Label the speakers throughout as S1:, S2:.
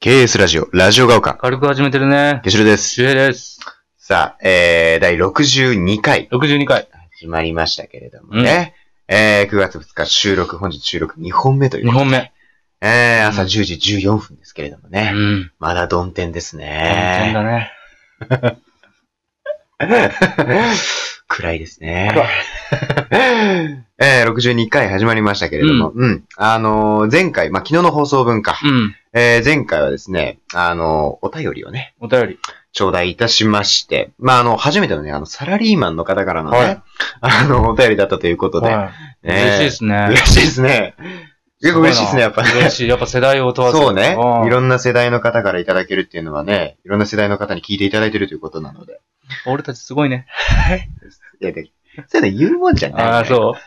S1: KS ラジオ、ラジオが丘、
S2: 軽く始めてるね。
S1: ゲシュルです。
S2: 周平です。
S1: さあ、えー、第62回、
S2: 62回。
S1: 始まりましたけれどもね。えー、9月2日収録、本日収録2本目という
S2: 2本目。
S1: えー、
S2: うん
S1: 朝10時14分ですけれどもね。
S2: ん。
S1: まだ曇天です
S2: 大変
S1: ね。
S2: だね。
S1: 暗いですね。 えー、62回始まりましたけれども、うん。あのー前回、まあ、昨日の放送分か。
S2: うん。
S1: えー、前回はですね、あのーお便りをね、
S2: お便り。
S1: 頂戴いたしまして、まあ、あの、初めてのね、あの、サラリーマンの方からのね、
S2: はい
S1: あの、お 便りだったということで、
S2: はい。
S1: ね
S2: 嬉しいですね。
S1: 嬉しいですね。結構嬉しいですね、やっぱね。
S2: 嬉しい。やっぱ世代を問わず。
S1: そうね。い
S2: ん
S1: ろんな世代の方からいただけるっていうのはね、いろんな世代の方に聞いていただいてるということなので。
S2: 俺たちすご いね。
S1: いや、で、そういうの言うもんじゃない、
S2: ああ、そう。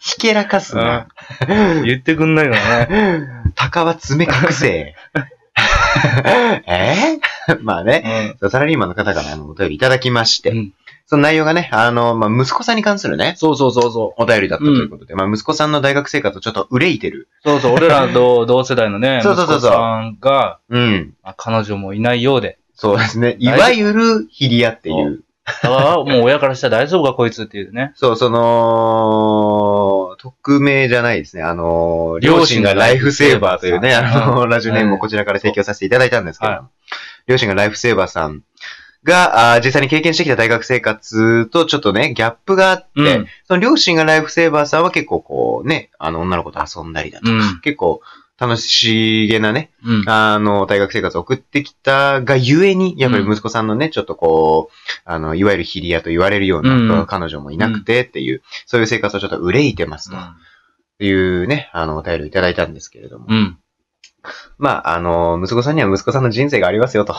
S1: ひけらかすな。
S2: 言ってくんないからね。
S1: 鷹は爪隠 せ。えーまあね。サラリーマンの方からあのお便りいただきまして、
S2: うん
S1: その内容がね、あの、まあ、息子さんに関するね、
S2: そうそうそうそう。
S1: お便りだったということで、まあ、息子さんの大学生活をちょっと憂いてる。
S2: そうそう、俺ら同同世代のね、
S1: そうそうそうそう
S2: 息子さんが、
S1: うん。
S2: あ彼女もいないようで、
S1: そうですね。いわゆるヒリアっていう。
S2: ああ、もう親からしたら大丈夫かこいつっていうね。
S1: そう、その、匿名じゃないですね。あのー、両
S2: 両
S1: 親
S2: 親
S1: が
S2: が
S1: ラ
S2: ラ
S1: イ
S2: イ
S1: フ
S2: フ
S1: セ
S2: セ
S1: ー
S2: ー
S1: バ
S2: バ
S1: ー
S2: ー
S1: というね、あのー、ラジオネーム
S2: う
S1: を
S2: ん
S1: こちらから提供させていただいたんですけれども、
S2: は
S1: 両親がライフセーバーさんが、あー実際に経験してきた大学生活とちょっとね、ギャップがあって、
S2: うん
S1: その両親がライフセーバーさんは結構こうね、あの女の子と遊んだりだとか、
S2: うん
S1: 結構楽しげなね、
S2: うん。
S1: あの、大学生活を送ってきたがゆえに、やっぱり息子さんのね、ちょっとこう、あの、いわゆるヒリアと言われるような、
S2: うん
S1: 彼女もいなくてっていう、そういう生活をちょっと憂いてますというね、あの、お便りをいただいたんですけれども。
S2: うん。
S1: まあ、あの、息子さんには息子さんの人生がありますよと。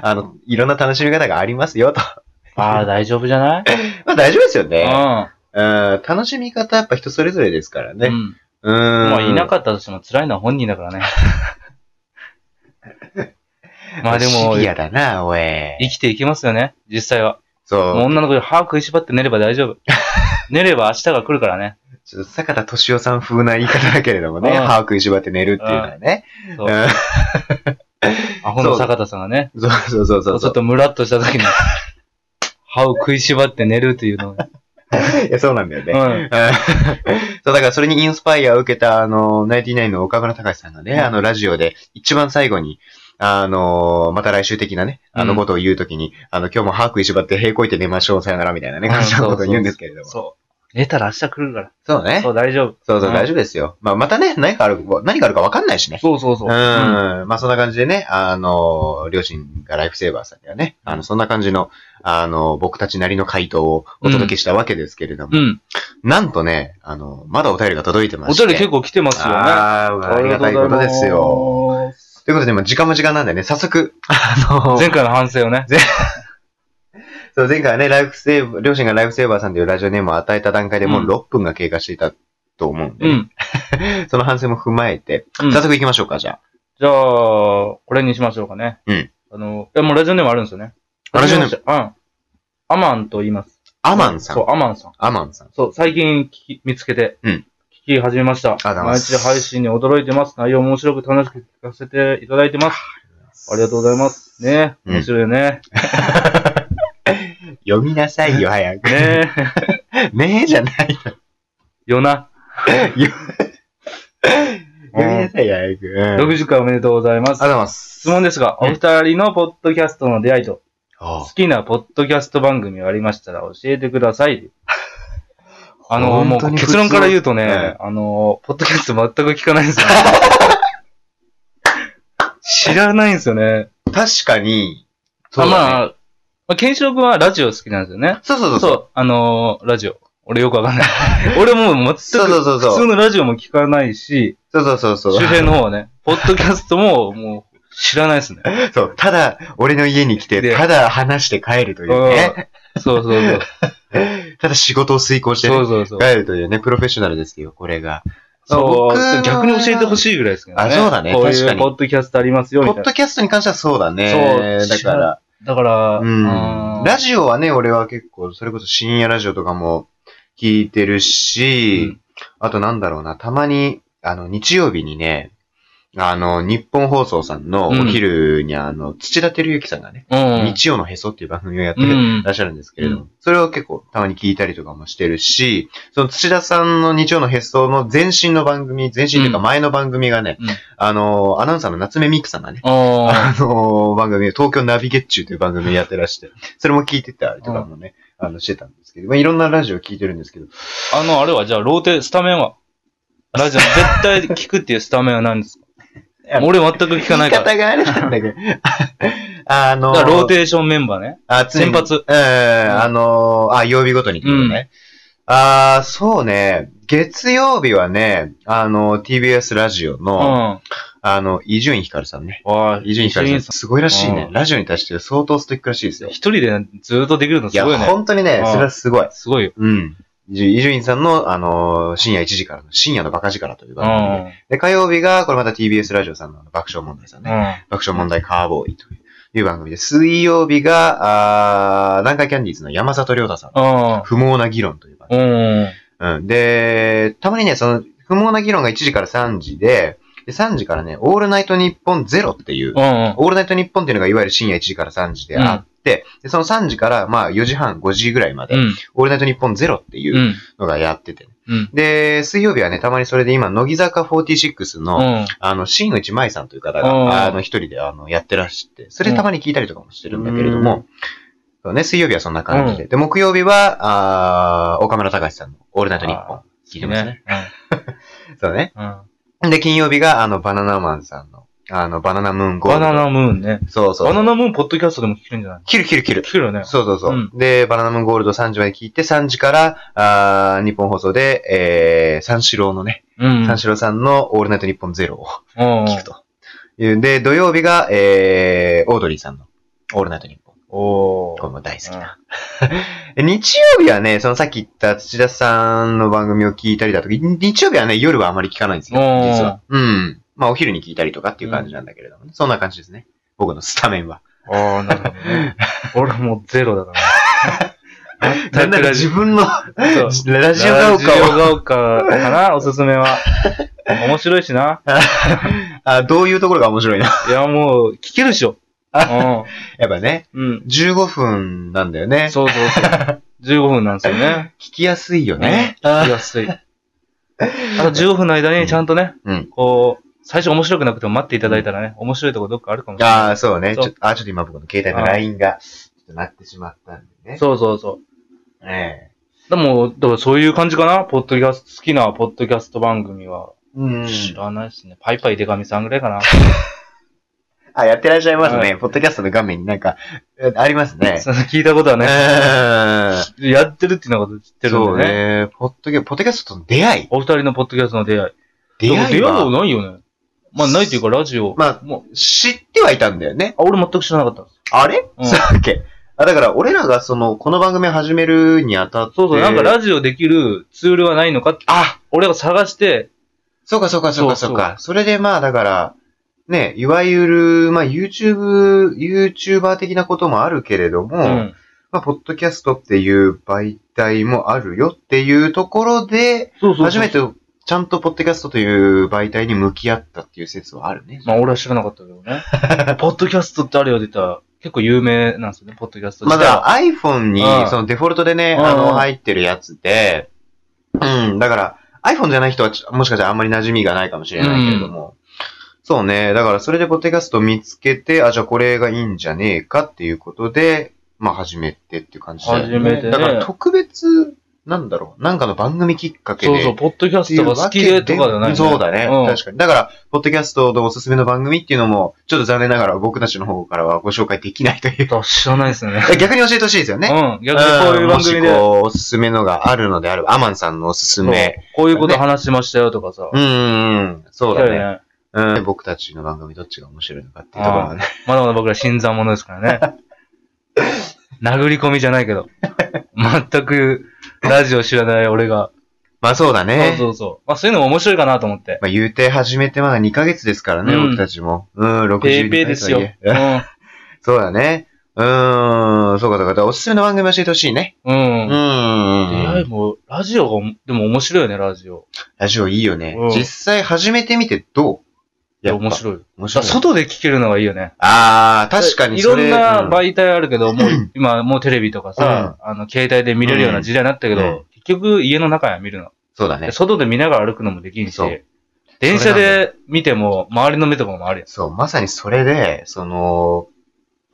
S1: あの、いろんな楽しみ方がありますよと。
S2: ああ、大丈夫じゃない
S1: まあ大丈夫ですよ
S2: う
S1: ね。
S2: ん。
S1: うん、楽しみ方やっぱ人それぞれですから
S2: う
S1: ね。
S2: ん。
S1: うん。
S2: まあ、いなかったとしても辛いのは本人だ からね。まあでも
S1: シ、ビアだな、おい。
S2: 生きていけますよね、実際は。もう
S1: そう。
S2: 女の子で歯食いしばって寝れば大 丈夫。寝れば明日が来るからね。
S1: ちょっと坂田敏夫さん風な言い方だけれどもね、
S2: うん
S1: 歯を食いしばって寝るっていうのはね。
S2: そうアホの坂田さんがね、
S1: うんそうそうそう
S2: ち
S1: そ
S2: ょ
S1: うそ
S2: っ
S1: う。
S2: とムラっとし た時に、歯を食いしばって寝るというのを。
S1: いやそうなんだよね。
S2: う
S1: うん
S2: ん。
S1: そう、だからそれにインスパイアを受けた、あの、ナインティナインの岡村隆史さんがね、
S2: うん
S1: あの、ラジオで一番最後に、あの、また来週的なね、あのことを言うときに、あの、今日も歯食いしばって平行いて寝ましょう、さよならみたいなね、
S2: うん
S1: 感じのことを言うんですけれども。
S2: そう。寝たら明日来るから。
S1: そうね
S2: そ。う、大丈夫。
S1: そうそう、
S2: うん
S1: 大丈夫ですよ。まあ、またね、何かある、何があるか分かんないしね。
S2: そうそうそうう。うん。
S1: ん。まあ、そんな感じでね、あの、両親がライフセーバーさんにはね、あの、そんな感じの、あの、僕たちなりの回答をお届けしたわけですけれど
S2: う
S1: も、
S2: ん。
S1: なんとね、あの、まだお便りが届いてま
S2: お
S1: して。
S2: 便り結構来てますよね。
S1: あーありがたいことですよ。
S2: よ。
S1: ということで、まあ、時間も時間なんでね、早速、あ の、
S2: 前回の反省をね。
S1: そう前回はね、ライフセーブ両親がライフセーバーさんというラジオネームを与えた段階でもう
S2: うん
S1: 6分が経過していたと思うんで
S2: う
S1: ね、
S2: ん。
S1: その反省も踏まえて、
S2: うん
S1: 早速行きましょうか、じゃあ。
S2: じゃあ、これにしましょうかね。
S1: うん。
S2: あの、え、もうラジオネームあるんですよね。
S1: ラジオネーム
S2: ムうん。アマンと言います。
S1: アマンさ
S2: そ
S1: ん。
S2: う、アマンさん。
S1: アマンさん。
S2: そう、最近聞き、見つけて、
S1: うん。
S2: 聞き始めました。
S1: がとうござい
S2: 毎
S1: ます
S2: 日配信に驚いてます。内容面白く楽しく聞かせていただいてます。ありがとうございます。ね
S1: うん
S2: 面白いよね。
S1: 読みなさいよ、早く。
S2: ね
S1: ねえじゃない。
S2: よな。
S1: 読みなさいよ、早く。うんありがとう
S2: 60回おめでとうございま
S1: ご
S2: す
S1: ざ。います。
S2: 質問ですが、お
S1: うん
S2: 二人のポッドキャストの出会いと、
S1: あ
S2: 好きなポッドキャスト番組がありましたら教えてくださ い。あの、
S1: 本
S2: も
S1: 当
S2: う
S1: に普通
S2: 結論から言うとね、
S1: え
S2: あの、ポッドキャスト全く聞かないんで すよね。知らないんですよね。
S1: 確かに、
S2: あま
S1: あ、
S2: あ、まあ、ケンシロウ君はラジオ好きなんですよね。
S1: そうそうそ
S2: そう
S1: うそう。
S2: あのラジオ。俺よくわかん ない。俺もう全
S1: そう
S2: く、
S1: そうそう
S2: 普
S1: そ
S2: 通
S1: う。
S2: のラジオも聞かないし、
S1: そうそうそうそう。
S2: 周辺の方はね、ポッドキャストももう知らないですね。
S1: そう、ただ、俺の家に来て、
S2: で
S1: ただ話して帰るというね。
S2: うんそ うそうそう。
S1: ただ仕事を遂行して
S2: そ
S1: ね
S2: うそうそう。
S1: 帰るというね、プロフェッショナルですよ、これが。
S2: そ
S1: 僕は
S2: う、逆に教えてほしいぐらいですけどね。
S1: あそうだね
S2: こう
S1: 確
S2: い
S1: か
S2: う
S1: に
S2: ポッドキャストありますよ、
S1: ポ
S2: みた
S1: ッ
S2: いな。
S1: ドキャストに関してはそうだね。
S2: そ
S1: だ
S2: う
S1: から。
S2: だから、
S1: うん。ラジオはね、俺は結構、それこそ深夜ラジオとかも聞いてるし、あとなんだろうな、たまに、あの、日曜日にね、あの、日本放送さんのお昼に、あの、土田照之さんがね、
S2: うん。
S1: 日曜のへそっていう番組をやって
S2: う
S1: る
S2: ん。
S1: らっしゃるんですけれども、
S2: う
S1: それを結構たまに聞いたりとかもしてるし、その土田さんの日曜のへその前身の番組、前身というか
S2: うん
S1: 前の番組がね、
S2: うん
S1: あの、アナウンサーの夏目ミクさんがね、
S2: あ
S1: あの番組、東京ナビゲッチューという番組やってらして、それも聞いてたりとかもね、あの、してたんですけど、まあ、いろんなラジオ聞いてるんですけど、
S2: あ。あの、あれは、じゃあ、ローテ、スタメンは、ラジオ、絶対聞くっていうスタメンは何ですか
S1: や
S2: 俺全く聞かな
S1: 言い
S2: いから。
S1: 方があれなんだけど、 あの
S2: だからローテーションメンバーね。
S1: あ、常に
S2: 先発。
S1: ええあのーあ、曜日ごとにってことね。ああ、そうね。月曜日はね、あの、TBS ラジオ
S2: うん。
S1: の、
S2: わ
S1: あの、伊集院光さんね。
S2: あ
S1: 伊集院光さん。すごいらしいね
S2: う。ん
S1: ラジオに対して相当ストイックらしいですよ。
S2: 一人でずっとできるの
S1: い
S2: す
S1: や、
S2: ごいね。
S1: 本当にね、
S2: うん
S1: それはすごい。
S2: すごいよ。
S1: うん。伊集伊集院さんの、あのー深夜1時からの、深夜のバカ力という
S2: う
S1: 番組で。
S2: ん。
S1: で、火曜日が、これまた TBS ラジオさんの爆笑問題さんね。
S2: う
S1: 爆笑問題カーボーイという番組で、水曜日が、あー南海キャンディーズの山里亮太さん。
S2: ん。
S1: 不毛な議論という番
S2: うん。うん。
S1: 組。うん。で、たまにね、その、不毛な議論が1時から3時で、で3時からね、オールナイトニッポンゼロっていう、
S2: うん。
S1: オールナイトニッポンっていうのがいわゆる深夜1時から3時であって、でその3時から、まあ4時半、5時ぐらいまで、
S2: うん。。
S1: オールナイトニッポンゼロっていううんのがやってて。
S2: うん。
S1: で、水曜日はね、たまにそれで今、乃木坂46の、
S2: うん。
S1: あの、新内舞さんという方
S2: うん
S1: が、あの、一人で、あの、やってらして、それたまに聞いたりとかもしてるんだけれども、そうね、水曜日はそんな感じで。で、木曜日は、あー岡村隆史さんの、オールナイトニッポン
S2: あ。
S1: 聞いてますね。。そうね。
S2: うん。うん
S1: で、金曜日が、あの、バナナマンさんの、あの、バナナムーンゴー
S2: バ
S1: ルド。
S2: ナナムーンね。
S1: そうそう。
S2: バナナムーンポッドキャストでも聞けるんじゃない
S1: 切る切る切る。
S2: 聞けるよね。
S1: そうそうそう。
S2: うん
S1: で、バナナムーンゴールド3時まで聞いて、3時から、あー日本放送で、えー、三四郎のね、
S2: うん。
S1: 三四郎さんのオールナイトニッポンゼロを
S2: うん。
S1: 聞くと。いうで、土曜日が、えー、オードリーさんの、オールナイトニッポン。
S2: お
S1: これ
S2: ー。
S1: も大好きな。で日曜日はね、そのさっき言った土田さんの番組を聞いたりだとか、日曜日はね、夜はあまり聞かないんですよ、
S2: うん
S1: 実は。うん。まあ、お昼に聞いたりとかっていう感じなんだけれどもね、そんな感じですね。僕のスタメン は。
S2: ああ、なるほどね。俺もうゼロ だから。全く
S1: なんなら自分の
S2: そう
S1: ラジオが
S2: ラ
S1: 丘
S2: ジオ
S1: を、
S2: が丘かな、おすすめは。面白いしな。
S1: あどういうところが面白いな。
S2: いや、もう、聞けるでしょ。
S1: やっぱね、
S2: うん。うん。
S1: 15分なんだよね。
S2: そうそうそう。15分なんですよね。
S1: 聞きやすいよね。
S2: 聞きやすい。あと15分の間にちゃんとね、
S1: うん
S2: こう、最初面白くなくても待っていただいたらね、面白いとこどっかあるかもしれ
S1: あ
S2: な
S1: あ、そうね。ち
S2: そう
S1: ょあ、ちょっと今僕の携帯の
S2: あー
S1: LINE が、ちょっと鳴ってしまったんでね。
S2: い。そうそう
S1: う。
S2: そう。
S1: え
S2: でも、だからそういう感じかなポッドキャスト、好きなポッドキャスト番組は。
S1: えうん。
S2: 知らないですね。パイパイデカミさんぐらいかな。
S1: あ、やってらっしゃいます
S2: は
S1: ね。ポッドキャストの画面になんか、えありますね。
S2: その 聞いたことは
S1: う
S2: ね、
S1: ーん
S2: やってるっていうのこと知ってるん
S1: そう
S2: でね。
S1: ね。ポッドキャ、ポッドキャストとの出会い。
S2: お二人のポッドキャストの出会い。
S1: 出会い
S2: でも出会い
S1: は、
S2: はないよね。まあ、ないというか、ラジオ。
S1: まあ
S2: もう
S1: 知ってはいたんだよね。
S2: あ、俺全く知らなかったです。
S1: あれ
S2: うん
S1: さっき。あ、だから、俺らがその、この番組始めるにあたって。
S2: そうそう、なんかラジオできるツールはないのかって、
S1: あ、
S2: 俺が探して、
S1: そうかそうかそうかそう
S2: そう
S1: か。それでまあ、だから、ね、いわゆる、まあ、YouTube、YouTuber 的なこともあるけれども、
S2: うん。
S1: まあ、ポッドキャストっていう媒体もあるよっていうところで、
S2: そうそうそう
S1: 初め。てちゃんとポッドキャストという媒体に向き合ったっていう説はあるね。
S2: まあ、俺は知らなかったけどね。ポッドキャストってあれよ、出た。結構有名なんですよね、ポッドキャスト
S1: ま
S2: 自体は。
S1: だ iPhone に
S2: うん
S1: そのデフォルトでね、
S2: うん
S1: あの入ってるやつで、うん、だから iPhone じゃない人はちょもしかしたらあんまり馴染みがないかもしれないけれども、そうね、だからそれでポッドキャストを見つけて、あ、じゃあこれがいいんじゃねえかっていうことで、まあ始めてっていう感じだよね。
S2: 始めてね
S1: だから特別、なんだろう、なんかの番組きっかけで。
S2: そうそう、ポッドキャ
S1: って
S2: ス
S1: い
S2: ト
S1: う
S2: が
S1: わ
S2: 好
S1: け
S2: きでとかじゃない、
S1: そうだね。
S2: うん
S1: 確かに。だから、ポッドキャストのおすすめの番組っていうのも、ちょっと残念ながら僕たちの方からはご紹介できないという。
S2: だから知らないですよね。
S1: 逆に教えてほしいですよね。
S2: うん。逆にこういう番組で、
S1: んもし
S2: こ
S1: こうおすすめのがあるのであれば、アマンさんのおすす
S2: う
S1: め。
S2: こういうこと話しましたよとかさ。
S1: うんうんうん。そうだ
S2: い
S1: ね。
S2: やいや
S1: うん。僕たちの番組どっちが面白いのかっていうところはね。
S2: まだまだ僕ら新参者ですから ね。殴り込みじゃないけど。全くラジオ知らない俺が。
S1: まあそうだね。
S2: そうそうそう。まあそういうのも面白いかなと思って。
S1: まあ言うて始めてまだ2ヶ月ですからね、
S2: うん
S1: 僕たちも。うん、60
S2: ペーペーですよ。
S1: とはいう え
S2: ん。
S1: そうだね。うん、そうかそうか。だからおすすめの番組教えてほしいね。
S2: うん。
S1: うん。
S2: 出会いも、ラジオが、でも面白いよね、ラジオ。
S1: ラジオいいよね
S2: うん。
S1: 実際始めてみてどう
S2: い
S1: や
S2: や、
S1: っぱ
S2: 面白いよ。
S1: 面白い。
S2: 外で聞けるのがいいよね。
S1: ああ、確かに
S2: いろ
S1: それ
S2: んな
S1: イ
S2: 媒体あるけど、もう今、もうテレビとかさ、あの、携帯で見れるような時代になったけど、
S1: うん
S2: 結局家の中や見るの。
S1: そうだね。
S2: 外で見ながら歩くのもできんし
S1: そう、
S2: 電車で見ても周りの目とかもあるやん。
S1: そう、まさにそれで、その、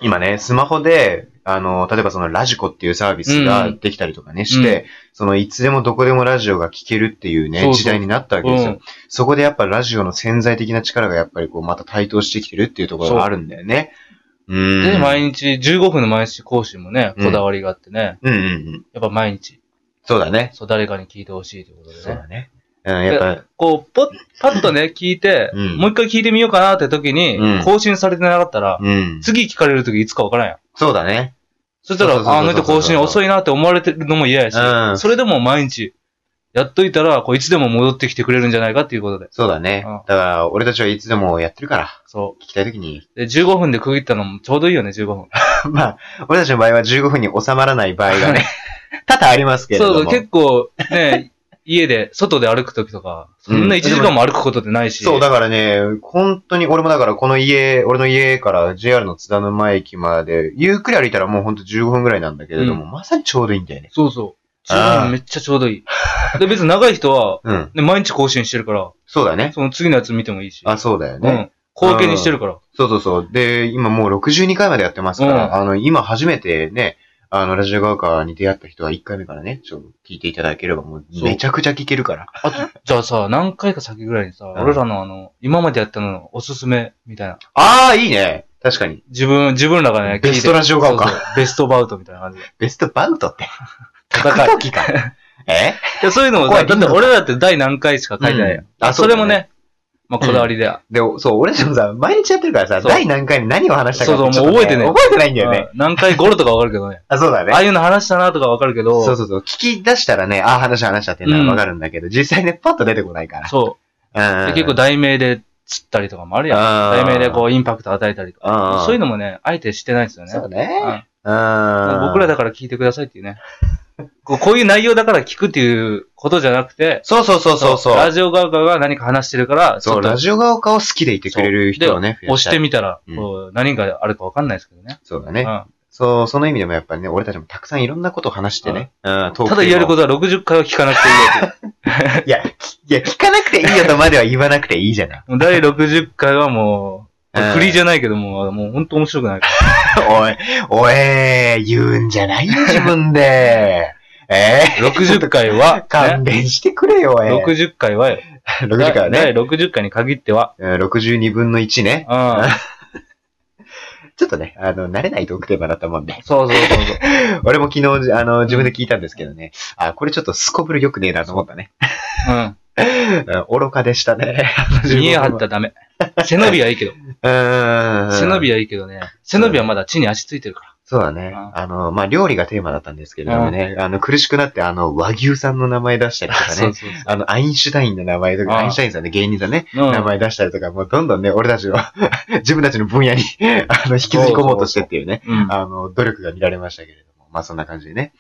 S1: 今ね、スマホで、あの、例えばそのラジコっていうサービス
S2: う
S1: が
S2: ん
S1: できたりとかね、して、そのいつでもどこでもラジオが聴けるっていうね、
S2: そうそう
S1: 時代になったわけですよ、
S2: うん
S1: そこでやっぱラジオの潜在的な力がやっぱりこう、また台頭してきてるっていうところがあるんだよね。うーん。
S2: で、毎日、15分の毎日更新もね、
S1: うん
S2: こだわりがあってね、
S1: うんうんうん。
S2: やっぱ毎日、
S1: そうだね。
S2: そう、誰かに聞いてほしいということ
S1: そう
S2: でね。
S1: だね。うん、やっぱ、
S2: こう、ぽ、パッとね、聞いて、
S1: うん
S2: もう一回聞いてみようかなって時に、
S1: うん
S2: 更新されてなかったら、
S1: うん。
S2: 次聞かれる時いつかわからんやん。
S1: そうだね。
S2: そしたら、
S1: そうそうそうそう
S2: ああの人更新遅いなって思われてるのも嫌やし、
S1: うん
S2: それでも毎日、やっといたら、こう、いつでも戻ってきてくれるんじゃないかっていうことで。
S1: そうだね。
S2: うん
S1: だから、俺たちはいつでもやってるから、
S2: そ
S1: 聞きたいときに。
S2: う。で、15分で区切ったのもちょうどいいよね、15分。
S1: まあ、俺たちの場合は15分に収まらない場合がね、多々ありますけれども。
S2: そうそう、結構、ね、 家で、外で歩く時とか、そんな1時間も歩くことってないし。
S1: そう、だからね、本当に、俺もだからこの家、俺の家から JR の津田沼駅まで、ゆっくり歩いたらもうほんと15分ぐらいなんだけれども、
S2: う
S1: まさにちょうどいいんだよね。
S2: そうそう。
S1: あ
S2: 15
S1: あ
S2: 分めっちゃちょうどいい。で、別に長い人は、
S1: うん。
S2: ね、毎日更新してるから、
S1: そうだね。
S2: その次のやつ見てもいいし。
S1: あ、そうだよ
S2: う
S1: ね。
S2: ん。後継にしてるから。
S1: そうそうそう。で、今もう62回までやってますから、
S2: うん
S1: あの、今初めてね、あの、ラジオガーカーに出会った人は1回目からね、ちょっと聞いていただければもう
S2: そう
S1: めちゃくちゃ聞けるから。
S2: あと、じゃあさ、何回か先ぐらいにさ、
S1: ん
S2: 俺らのあの、今までやったののおすすめみたいな。
S1: ああ、いいね。確かに。
S2: 自分、自分らがね、
S1: ベストラジオ
S2: 聞い
S1: ガ
S2: て
S1: ーカー
S2: そうそうベストバウトみたいな感じで。
S1: ベストバウトって。
S2: 戦い。
S1: 格闘技 か。え
S2: いやそういうのを
S1: 怖
S2: さ、
S1: い
S2: だって俺らだって第何回しか書いてないやん
S1: うんあ
S2: あ、それも
S1: そうだ
S2: ね、まあ、こだわりで。
S1: で、そう、俺たちもさ、毎日やってるからさ、
S2: そう
S1: 第何回に何を話したかって
S2: そうそう
S1: ちょっと
S2: もう覚えてね
S1: 覚えてないんだよ
S2: ま
S1: ね
S2: あ。何回頃とかわかるけどね。
S1: あ、そうだ
S2: ああ
S1: ね。
S2: いうの話したなとかわかるけど、
S1: そうそうそう。聞き出したらね、あ、話した話したっていうの
S2: う
S1: は
S2: ん
S1: わかるんだけど、実際ね、パッと出てこないから。
S2: そうう。
S1: ん
S2: で結構、題名で釣ったりとかもあるやん。題
S1: 題
S2: 名でこう、インパクト与えたりとか。
S1: うん、
S2: そういう
S1: の
S2: のもね、あえてしてないですよね。
S1: そう
S2: うん
S1: ね。うん。
S2: 僕らだから聞いてくださいっていうね。 こうこういう内容だから聞くっていうことじゃなくて、
S1: そうそうそうそうそう。
S2: ラジオ側が何か話してるから、ち
S1: そ
S2: ょ
S1: う、
S2: っと
S1: ラジオ側を好きでいてくれる人をね、
S2: 押して
S1: み
S2: みたら、
S1: うん
S2: こう何があるかわかんないですけどね。
S1: そうだ
S2: う
S1: ね。
S2: ん
S1: そう、その意味でもやっぱりね、俺たちもたくさんいろんなことを話してね。うん、た。
S2: ただ言えることとは60回は聞かなくていいよっていう
S1: いや、きいや、聞かなくていいよとまでは言わなくていいじゃない。
S2: もう第60回はもう、
S1: うん
S2: フリーじゃないけども、もう本当面白 くない。
S1: おい、おえー、言うんじゃないよ、自分で。え
S2: 60回は
S1: ー、、勘
S2: ね、
S1: 弁してくれよ、えー。
S2: 60回はよ。
S1: 60から
S2: 第
S1: ね。
S2: 60回に限っては、
S1: うん62分の1ね。
S2: うん。
S1: ちょっとね、あの、慣れないトークテーマだったもんで。
S2: そうそうそうそう。
S1: 俺も昨日、あの、自分で聞いたんですけどね。あ、これちょっとすこぶる良くねえなと思ったね。
S2: うん。
S1: うん愚かでしたね。
S2: 見え張ったらダメ。背伸びはいい けど。
S1: た
S2: 背伸びはいいけどね。背伸びはまだ地に足ついてるか
S1: そうだね。
S2: うん
S1: あの、まあ、料理がテーマだったんですけれどもね、あの、苦しくなって、あの、和牛さんの名前出したり
S2: ら。
S1: とかね。
S2: そう
S1: あの、アインシュタインの名前と
S2: うん
S1: か、アインシュタインさんね、芸人さんね、
S2: そう。うん
S1: 名前出したりとか、もうどんどんね、俺たちの、 自分たちの分野に、 あの、引きずり込もうとしてっていうね、
S2: うん。
S1: あの、努力が見られましたけれども、まあ、そんな感じでね。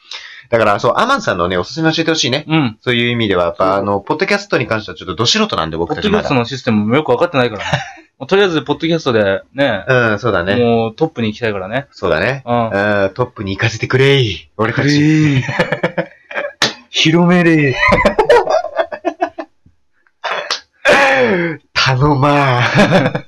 S1: だから、そう、アマンさんのね、おすすめ教えてほしいね。
S2: うん。
S1: そういう意味では、やっ
S2: そう
S1: ぱ、あの、ポッドキャストに関してはちょっとど素人なんで、
S2: ポ
S1: 僕
S2: ッ
S1: た
S2: ドキ
S1: ち
S2: ャ
S1: ま
S2: スト
S1: だ。
S2: のシステムもよくわかってな いからね。もうとりあえず、ポッドキャストでね、
S1: うん、そうだね。
S2: もうトップに行きたいからね。
S1: そうだね。
S2: うん。
S1: うん、トップに行かせてくれい。俺たち。
S2: れー広めれー
S1: 頼まー。
S2: うん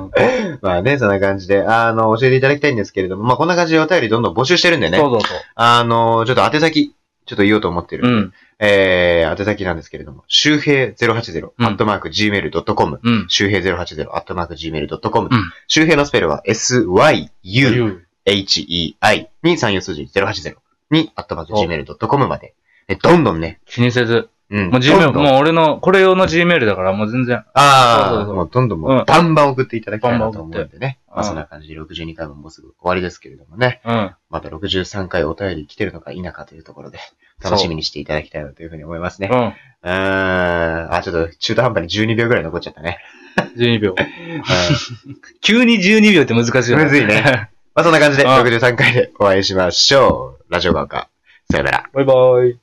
S1: まあね、そんな感じで、あの、教えていただきたいんですけれども、まあこんな感じでお便りどんどん募集してるんで
S2: そ
S1: ね
S2: う、そうそう。
S1: あの、ちょっと宛先、ちょっと言おうと思ってる。
S2: うん。
S1: えー、宛先なんですけれども、周平080、
S2: うん
S1: アットマーク、gmail.com、
S2: うん。
S1: 周平080、アットマーク、gmail.com
S2: うん、
S1: 周平のスペルは syuhei
S2: う。
S1: に34数字080に、アットマーク、gmail.com まで、えどんどんね、
S2: 気にせず。
S1: うん、
S2: もう G
S1: ど
S2: メ
S1: ん
S2: ール、
S1: どん
S2: もう俺の、これ用の G メールだから、もう全然。そうそ
S1: ああ、
S2: うそう
S1: もうどんどんも
S2: うん
S1: うバンバン送っていただきたいなと思うんでね。
S2: バンバン送って
S1: まあそんな感じで62回ももうすぐ終わりですけれどもね。
S2: うん。
S1: また63回お便り来てるのか否かというところで、楽しみにしていただきたいなというふうに思いますね
S2: う。ん。
S1: うーん。あ、ちょっと中途半端に12秒ぐらい残っちゃったね。
S2: 12秒。
S1: うん、
S2: 急に12秒って難しいよね。
S1: むずい ね。まあそんな感じで
S2: うん
S1: 63回でお会いしましょう。ラジオ側か。さよなら。
S2: バイバイ。